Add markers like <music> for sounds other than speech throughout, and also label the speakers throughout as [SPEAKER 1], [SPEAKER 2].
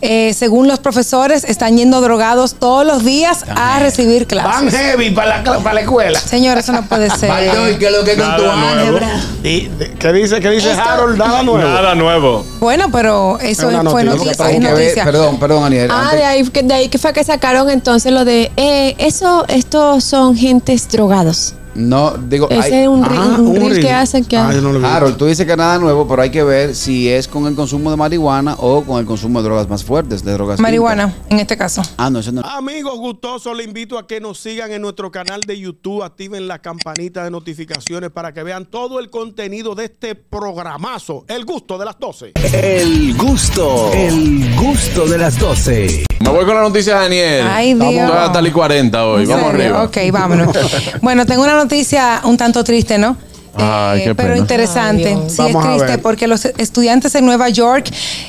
[SPEAKER 1] eh, según los profesores, están yendo drogados todos los días a recibir
[SPEAKER 2] Van
[SPEAKER 1] clases.
[SPEAKER 3] eh.
[SPEAKER 2] heavy para la, para la escuela.
[SPEAKER 1] Señor, eso no
[SPEAKER 3] <laughs>
[SPEAKER 1] puede
[SPEAKER 4] Baldón,
[SPEAKER 1] ser.
[SPEAKER 4] ¿qué es lo que con
[SPEAKER 5] Nada
[SPEAKER 4] tu
[SPEAKER 5] nuevo.
[SPEAKER 4] álgebra?
[SPEAKER 2] Y- de- ¿Qué dice, qué dice
[SPEAKER 1] Esto-
[SPEAKER 2] Harold? Nada nuevo.
[SPEAKER 5] Nada nuevo.
[SPEAKER 1] Bueno, pero eso
[SPEAKER 2] Es una
[SPEAKER 1] fue
[SPEAKER 2] noticia,
[SPEAKER 1] noticia.
[SPEAKER 2] pero
[SPEAKER 1] es
[SPEAKER 4] Tengo que ver-
[SPEAKER 1] noticia.
[SPEAKER 4] Perdón, perdón, Aniel.
[SPEAKER 6] Ah,
[SPEAKER 4] antes-
[SPEAKER 6] de ahí, que- de ahí que fue que sacaron entonces lo de, eh, eso, estos son gentes drogados.
[SPEAKER 4] No, digo, hay-
[SPEAKER 6] Ese es un,
[SPEAKER 2] Ah,
[SPEAKER 6] reel- un reel
[SPEAKER 2] reel.
[SPEAKER 6] que hacen que...
[SPEAKER 2] Ah, yo no lo vi.
[SPEAKER 4] Harold, tú dices que nada nuevo, pero hay que ver si es con el consumo de marihuana o con el consumo de drogas más fuertes, de drogas.
[SPEAKER 1] Marihuana, en este caso.
[SPEAKER 4] químicas. Ah, no, eso no.
[SPEAKER 2] Amigos gustosos, les invito a que nos sigan en nuestro canal de YouTube, activen la campanita de notificaciones para que vean todo el contenido de este programazo, El Gusto de las 12.
[SPEAKER 7] El gusto, el gusto de las 12.
[SPEAKER 3] Me voy con la noticia de Daniel.
[SPEAKER 1] Ay,
[SPEAKER 3] Estamos
[SPEAKER 1] Dios.
[SPEAKER 3] todas hasta las 40 hoy.
[SPEAKER 1] ¿En
[SPEAKER 3] Vamos
[SPEAKER 1] serio?
[SPEAKER 3] arriba.
[SPEAKER 1] Ok,
[SPEAKER 3] <laughs>
[SPEAKER 1] vámonos. bueno, tengo una noticia un tanto triste, ¿no? Eh,
[SPEAKER 3] Ay, qué
[SPEAKER 1] pero
[SPEAKER 3] pena.
[SPEAKER 1] interesante. sí,
[SPEAKER 2] Vamos a
[SPEAKER 1] es triste
[SPEAKER 2] ver.
[SPEAKER 1] porque los estudiantes en Nueva York,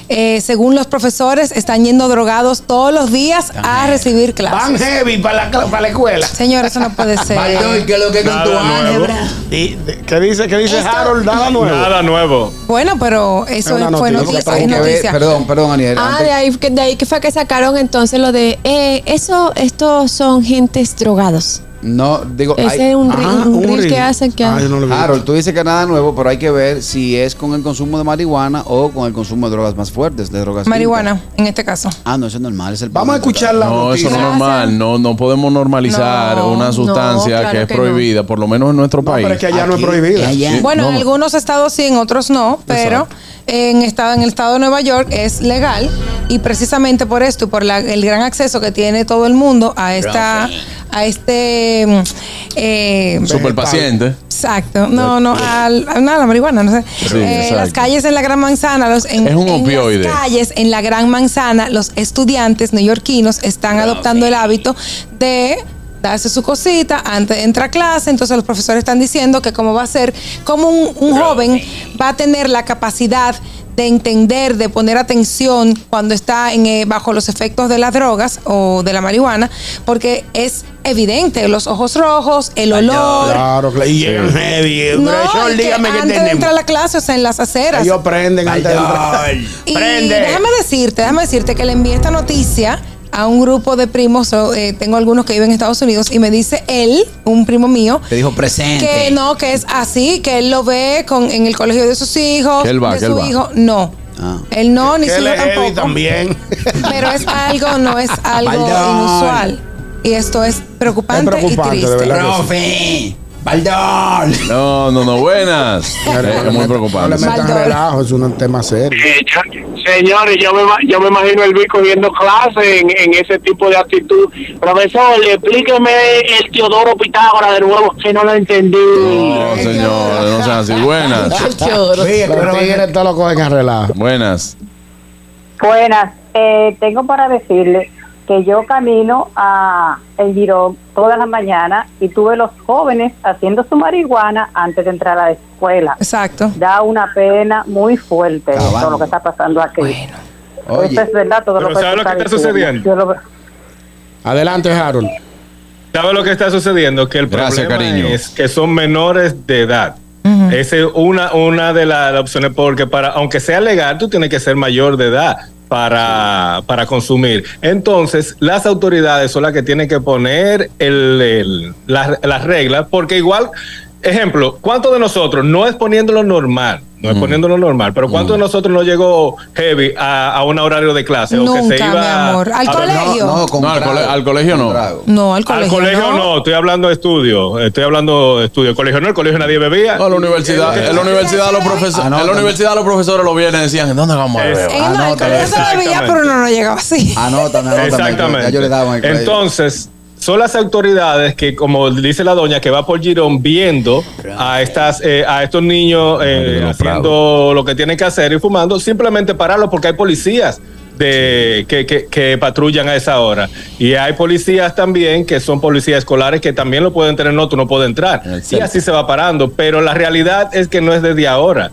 [SPEAKER 1] eh, según los profesores, están yendo drogados todos los días a recibir
[SPEAKER 2] Van
[SPEAKER 1] clases.
[SPEAKER 2] heavy para la, para la escuela.
[SPEAKER 1] Señor, eso no
[SPEAKER 3] <laughs>
[SPEAKER 1] puede
[SPEAKER 4] Baldón,
[SPEAKER 1] ser.
[SPEAKER 4] ¿qué es lo que con
[SPEAKER 5] Nada
[SPEAKER 4] tu
[SPEAKER 5] nuevo.
[SPEAKER 4] álgebra?
[SPEAKER 2] Y de- ¿Qué dice, qué dice Harold? Nada nuevo.
[SPEAKER 5] Nada nuevo.
[SPEAKER 1] Bueno, pero eso
[SPEAKER 2] Es una
[SPEAKER 1] fue
[SPEAKER 2] noticia,
[SPEAKER 1] noticia.
[SPEAKER 4] Tengo
[SPEAKER 1] es
[SPEAKER 4] que ver-
[SPEAKER 1] noticia.
[SPEAKER 4] Perdón, perdón, Aniel.
[SPEAKER 6] Ah,
[SPEAKER 4] antes-
[SPEAKER 6] de ahí, que- de ahí que fue que sacaron entonces lo de, eh, eso, estos son gentes drogados.
[SPEAKER 4] No, digo,
[SPEAKER 6] Ese
[SPEAKER 4] hay-
[SPEAKER 6] es un,
[SPEAKER 2] Ah,
[SPEAKER 6] reel- un
[SPEAKER 2] un
[SPEAKER 6] reel
[SPEAKER 2] reel.
[SPEAKER 6] que hacen que...
[SPEAKER 2] Ah, yo no lo vi.
[SPEAKER 4] Harold, tú dices que nada nuevo, pero hay que ver si es con el consumo de marihuana o con el consumo de drogas más fuertes, de drogas.
[SPEAKER 1] Marihuana, en este caso.
[SPEAKER 4] químicas. Ah, no, eso es normal. Es el
[SPEAKER 2] Vamos a escuchar la
[SPEAKER 3] No, eso
[SPEAKER 2] noticia.
[SPEAKER 3] no es normal. No, no podemos normalizar
[SPEAKER 1] No,
[SPEAKER 3] una
[SPEAKER 1] no,
[SPEAKER 3] sustancia
[SPEAKER 6] claro
[SPEAKER 3] que es
[SPEAKER 6] que no.
[SPEAKER 3] prohibida, por lo menos en nuestro
[SPEAKER 2] No,
[SPEAKER 3] país.
[SPEAKER 2] pero es que allá no es
[SPEAKER 4] Aquí,
[SPEAKER 2] prohibida.
[SPEAKER 4] allá.
[SPEAKER 3] Sí.
[SPEAKER 1] Bueno,
[SPEAKER 3] No,
[SPEAKER 1] en
[SPEAKER 3] no.
[SPEAKER 1] algunos estados sí, en otros no, pero en, estado, en el estado de Nueva York es legal y precisamente por esto y por la- el gran acceso que tiene todo el mundo a esta, a este, mm, eh,
[SPEAKER 3] Super paciente.
[SPEAKER 1] exacto, no, no, al- a- no, a la marihuana, no sé,
[SPEAKER 3] Eh, Sí,
[SPEAKER 1] Eh,
[SPEAKER 3] exacto.
[SPEAKER 1] las calles en la Gran Manzana, los, en,
[SPEAKER 3] Es un
[SPEAKER 1] en
[SPEAKER 3] opioide.
[SPEAKER 1] las calles en la Gran Manzana, los estudiantes neoyorquinos están
[SPEAKER 3] Ah,
[SPEAKER 1] adoptando el hábito de darse su cosita antes de entrar a clase, entonces los profesores están diciendo que cómo va a ser, cómo un, un joven
[SPEAKER 3] eh.
[SPEAKER 1] va a tener la capacidad de entender, de poner atención cuando está en, eh, bajo los efectos de las drogas o de la marihuana, porque es evidente, los ojos rojos, el olor.
[SPEAKER 2] Claro, claro. Y llegan heavy.
[SPEAKER 1] No,
[SPEAKER 2] Profesor,
[SPEAKER 1] y que
[SPEAKER 2] dígame qué
[SPEAKER 1] antes de entrar a
[SPEAKER 2] tenemos.
[SPEAKER 1] la clase, o sea, en las aceras.
[SPEAKER 2] Ellos prenden antes de entrar.
[SPEAKER 1] Y
[SPEAKER 2] Prende.
[SPEAKER 1] déjame decirte, déjame decirte que le envié esta noticia a un grupo de primos, o, eh, tengo algunos que viven en Estados Unidos, y me dice él, un primo mío,
[SPEAKER 4] Te dijo presente.
[SPEAKER 1] que no, que es así, que él lo ve con, en el colegio de sus hijos,
[SPEAKER 3] Que él va,
[SPEAKER 1] de
[SPEAKER 3] que
[SPEAKER 1] su
[SPEAKER 3] él va.
[SPEAKER 1] hijo, no.
[SPEAKER 4] Ah.
[SPEAKER 1] Él no, ni
[SPEAKER 2] Que
[SPEAKER 1] su hijo
[SPEAKER 2] él es heavy
[SPEAKER 1] tampoco.
[SPEAKER 2] también.
[SPEAKER 6] <laughs>
[SPEAKER 1] Pero es algo, no es algo
[SPEAKER 4] Baldón.
[SPEAKER 1] inusual. Y esto es preocupante,
[SPEAKER 2] Es preocupante,
[SPEAKER 1] y
[SPEAKER 2] de
[SPEAKER 1] triste.
[SPEAKER 2] verdad.
[SPEAKER 4] Profe, Baldón.
[SPEAKER 3] No, no, no.
[SPEAKER 2] <laughs>
[SPEAKER 3] Buenas. Eh, es muy
[SPEAKER 2] No
[SPEAKER 3] preocupante.
[SPEAKER 2] le metan
[SPEAKER 1] Baldor.
[SPEAKER 2] relajo, es un tema serio.
[SPEAKER 8] Eh, yo- señores, yo me, ma- yo me imagino el Vico viendo clase en, en ese tipo de actitud. Profesor, explíqueme el Teodoro Pitágoras de nuevo, que no lo entendí.
[SPEAKER 3] No, señor, no sean así. Buenas.
[SPEAKER 2] Sí, pero tigres todo lo cogen en relajo.
[SPEAKER 3] Buenas.
[SPEAKER 9] Buenas, eh, tengo para decirle que yo camino a El Girón todas las mañanas y tuve los jóvenes haciendo su marihuana antes de entrar a la escuela.
[SPEAKER 1] Exacto.
[SPEAKER 9] Da una pena muy fuerte
[SPEAKER 4] Cabando.
[SPEAKER 9] todo lo que está pasando aquí. Eso es
[SPEAKER 4] Oye,
[SPEAKER 9] verdad, todo
[SPEAKER 5] Pero
[SPEAKER 9] lo que
[SPEAKER 5] ¿sabe
[SPEAKER 9] tú
[SPEAKER 5] lo que
[SPEAKER 9] estás
[SPEAKER 5] está
[SPEAKER 9] diciendo.
[SPEAKER 5] sucediendo?
[SPEAKER 9] Yo lo veo.
[SPEAKER 2] Adelante, Harold.
[SPEAKER 5] ¿Sabes lo que está sucediendo? Que el
[SPEAKER 3] Gracias,
[SPEAKER 5] problema
[SPEAKER 3] cariño.
[SPEAKER 5] es que son menores de edad. Esa es una, una de la- las opciones, porque para, aunque sea legal, tú tienes que ser mayor de edad para, para consumir. Entonces, las autoridades son las que tienen que poner el- el- las, las reglas, porque igual, ejemplo, ¿cuántos de nosotros, no es poniéndolo normal, no es poniéndolo normal, pero ¿cuántos de nosotros no llegó heavy a, a un horario de clase? o que se
[SPEAKER 1] Nunca,
[SPEAKER 5] iba
[SPEAKER 1] mi amor. Al
[SPEAKER 5] a-
[SPEAKER 4] no,
[SPEAKER 1] colegio.
[SPEAKER 4] no, con
[SPEAKER 3] No, al
[SPEAKER 4] trago,
[SPEAKER 3] cole- al colegio
[SPEAKER 4] con
[SPEAKER 3] no.
[SPEAKER 4] trago.
[SPEAKER 1] No, al colegio,
[SPEAKER 5] al colegio no. estoy hablando de estudio, estoy hablando de estudio. El colegio no, el colegio nadie bebía.
[SPEAKER 3] No, la universidad,
[SPEAKER 5] Eh,
[SPEAKER 3] en la universidad los
[SPEAKER 4] Ah,
[SPEAKER 3] profesores,
[SPEAKER 4] no,
[SPEAKER 3] en la
[SPEAKER 4] no.
[SPEAKER 3] universidad los profesores lo vienen y decían, ¿dónde vamos a
[SPEAKER 5] Es-
[SPEAKER 3] beber?
[SPEAKER 1] En- no, el
[SPEAKER 4] Anótalo.
[SPEAKER 1] colegio se bebía,
[SPEAKER 5] Exactamente.
[SPEAKER 1] pero no, no llegaba así.
[SPEAKER 4] Ah, Anótame, anótame.
[SPEAKER 5] Exactamente.
[SPEAKER 4] Ya yo le daba en el colegio.
[SPEAKER 5] Entonces, son las autoridades que, como dice la doña, que va por Girón viendo a estas, eh, a estos niños eh,
[SPEAKER 3] Madre de los
[SPEAKER 5] haciendo lo que tienen que hacer y fumando, simplemente pararlos porque hay policías. De, que, que- que patrullan a esa hora. Y hay policías también que son policías escolares que también lo pueden tener, no, tú no puedes entrar. Y
[SPEAKER 3] Exacto.
[SPEAKER 5] así se va parando. Pero la realidad es que no es desde ahora.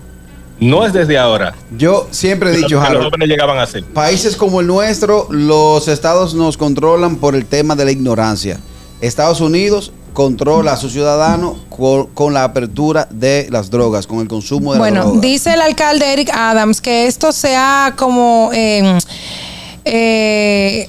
[SPEAKER 5] No es desde ahora.
[SPEAKER 4] Yo siempre he
[SPEAKER 5] que
[SPEAKER 4] dicho,
[SPEAKER 5] los
[SPEAKER 4] Harold,
[SPEAKER 5] jóvenes llegaban así.
[SPEAKER 4] países como el nuestro, los estados nos controlan por el tema de la ignorancia. Estados Unidos controla a sus ciudadanos con, con la apertura de las drogas, con el consumo de las
[SPEAKER 1] Bueno,
[SPEAKER 4] drogas.
[SPEAKER 1] dice el alcalde Eric Adams que esto sea como eh, eh,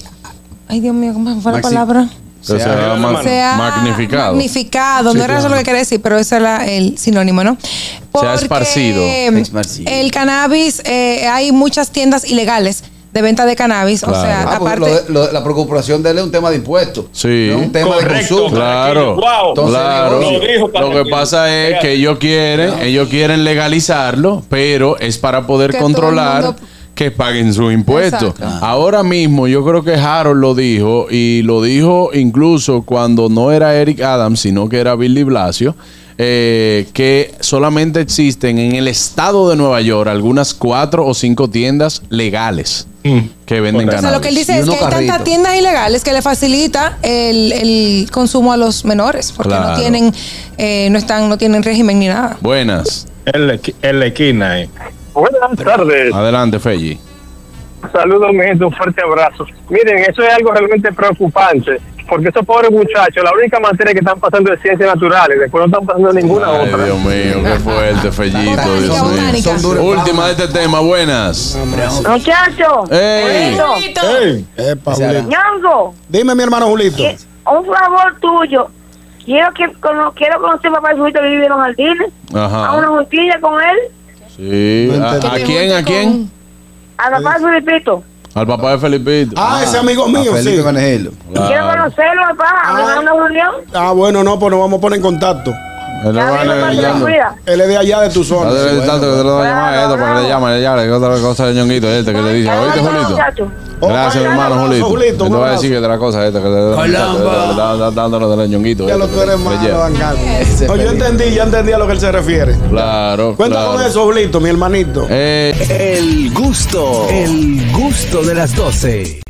[SPEAKER 1] ay Dios mío, ¿cómo fue la
[SPEAKER 4] Maxi-
[SPEAKER 1] palabra?
[SPEAKER 3] Que
[SPEAKER 4] Se
[SPEAKER 3] se
[SPEAKER 4] ha-
[SPEAKER 3] ha ma-
[SPEAKER 1] Se ha
[SPEAKER 3] magnificado.
[SPEAKER 1] magnificado. no era eso lo que quería decir, pero ese era el sinónimo, ¿no?
[SPEAKER 3] Se ha esparcido.
[SPEAKER 4] Esparcido.
[SPEAKER 1] El cannabis, eh, hay muchas tiendas ilegales de venta de cannabis. O
[SPEAKER 3] Claro.
[SPEAKER 1] sea,
[SPEAKER 4] Ah, porque
[SPEAKER 1] aparte.
[SPEAKER 4] lo de- lo de- la preocupación de él es un tema de impuestos.
[SPEAKER 3] Sí.
[SPEAKER 4] No es un tema
[SPEAKER 5] Correcto.
[SPEAKER 4] de consumo.
[SPEAKER 3] Claro,
[SPEAKER 5] Wow.
[SPEAKER 4] Entonces,
[SPEAKER 3] claro.
[SPEAKER 4] lo
[SPEAKER 5] dijo para
[SPEAKER 3] Lo que
[SPEAKER 5] que-
[SPEAKER 3] pasa es que ellos quieren, ellos quieren legalizarlo, pero es para poder
[SPEAKER 1] Que todo el
[SPEAKER 3] controlar
[SPEAKER 1] mundo-
[SPEAKER 3] que paguen sus impuestos. Ah.
[SPEAKER 1] Exacto.
[SPEAKER 3] Ahora mismo yo creo que Harold lo dijo y lo dijo incluso cuando no era Eric Adams, sino que era Billy Blasio. eh, que solamente existen en el estado de Nueva York algunas cuatro o cinco tiendas legales
[SPEAKER 5] Mm.
[SPEAKER 3] que venden
[SPEAKER 5] Correcto.
[SPEAKER 1] o sea,
[SPEAKER 3] cannabis.
[SPEAKER 1] lo que él dice
[SPEAKER 4] Y
[SPEAKER 1] es que
[SPEAKER 4] uno
[SPEAKER 1] hay
[SPEAKER 4] carrito.
[SPEAKER 1] tantas tiendas ilegales que le facilita el, el consumo a los menores porque no
[SPEAKER 3] Claro.
[SPEAKER 1] tienen eh, no están no tienen régimen ni nada.
[SPEAKER 3] Buenas,
[SPEAKER 5] En la esqui- en la esquina, eh.
[SPEAKER 8] Buenas tardes.
[SPEAKER 3] adelante Feji.
[SPEAKER 8] Saludos, mi gente, un fuerte abrazo. Miren, eso es algo realmente preocupante, porque esos pobres muchachos, la única materia que están pasando es ciencias naturales, después no están pasando ninguna
[SPEAKER 3] Ay,
[SPEAKER 8] otra.
[SPEAKER 3] Dios mío, qué fuerte, Fellito.
[SPEAKER 1] Botánica,
[SPEAKER 3] Dios mío.
[SPEAKER 1] botánica.
[SPEAKER 4] Son duros.
[SPEAKER 3] Última de este tema, buenas.
[SPEAKER 9] Muchachos,
[SPEAKER 3] Ey.
[SPEAKER 5] Ey,
[SPEAKER 2] Epa,
[SPEAKER 4] Será.
[SPEAKER 2] Julito.
[SPEAKER 9] Ñango,
[SPEAKER 2] Dime, mi hermano Julito.
[SPEAKER 9] que- un favor tuyo. Quiero que cono- quiero conocer a papá y Julito que vivieron al cine, a una
[SPEAKER 3] Ajá.
[SPEAKER 9] juntilla con él,
[SPEAKER 3] Sí. ¿A, a
[SPEAKER 2] Que
[SPEAKER 3] quién? ¿A quién?
[SPEAKER 9] a papá y Julito.
[SPEAKER 3] Al papá de Felipito.
[SPEAKER 2] Ah, ese amigo
[SPEAKER 4] A
[SPEAKER 2] mío, sí.
[SPEAKER 4] Felipe Vanegelo.
[SPEAKER 3] Claro.
[SPEAKER 9] Quiero conocerlo, papá, a
[SPEAKER 2] Ah.
[SPEAKER 9] una reunión.
[SPEAKER 2] Ah, bueno, no, pues nos vamos a poner en contacto.
[SPEAKER 3] Él le
[SPEAKER 9] Ya
[SPEAKER 3] va a
[SPEAKER 9] ven, papá, te
[SPEAKER 3] llamar.
[SPEAKER 9] cuida.
[SPEAKER 2] Él es de allá de tu
[SPEAKER 3] Ya
[SPEAKER 2] zona.
[SPEAKER 3] debe de tanto que te lo va a llamar a
[SPEAKER 9] Claro,
[SPEAKER 3] esto para que le
[SPEAKER 9] bravo.
[SPEAKER 3] llame, le llame, que otra cosa de ñonguito este que le dice.
[SPEAKER 9] Saludos
[SPEAKER 3] ¿Oíste,
[SPEAKER 9] a todos,
[SPEAKER 3] Julito?
[SPEAKER 9] muchachos.
[SPEAKER 3] Gracias,
[SPEAKER 2] Oh,
[SPEAKER 3] hermano
[SPEAKER 2] un abrazo,
[SPEAKER 3] Julito.
[SPEAKER 2] Julito,
[SPEAKER 3] Él te
[SPEAKER 2] un
[SPEAKER 3] va a
[SPEAKER 2] abrazo.
[SPEAKER 3] decir que de la cosa esta que le está dándolo de la ñonguito.
[SPEAKER 2] Ya lo
[SPEAKER 3] este,
[SPEAKER 2] tú
[SPEAKER 3] que
[SPEAKER 2] eres
[SPEAKER 3] le
[SPEAKER 2] malo,
[SPEAKER 3] lleva.
[SPEAKER 2] Dan Carlos.
[SPEAKER 4] Ese
[SPEAKER 2] No, yo
[SPEAKER 4] Felipe.
[SPEAKER 2] entendí, ya entendí a lo que él se refiere.
[SPEAKER 3] Claro.
[SPEAKER 2] Cuenta con
[SPEAKER 3] claro. Eh,
[SPEAKER 2] eso, Julito, mi hermanito.
[SPEAKER 3] Ey.
[SPEAKER 7] El gusto, el gusto de las 12.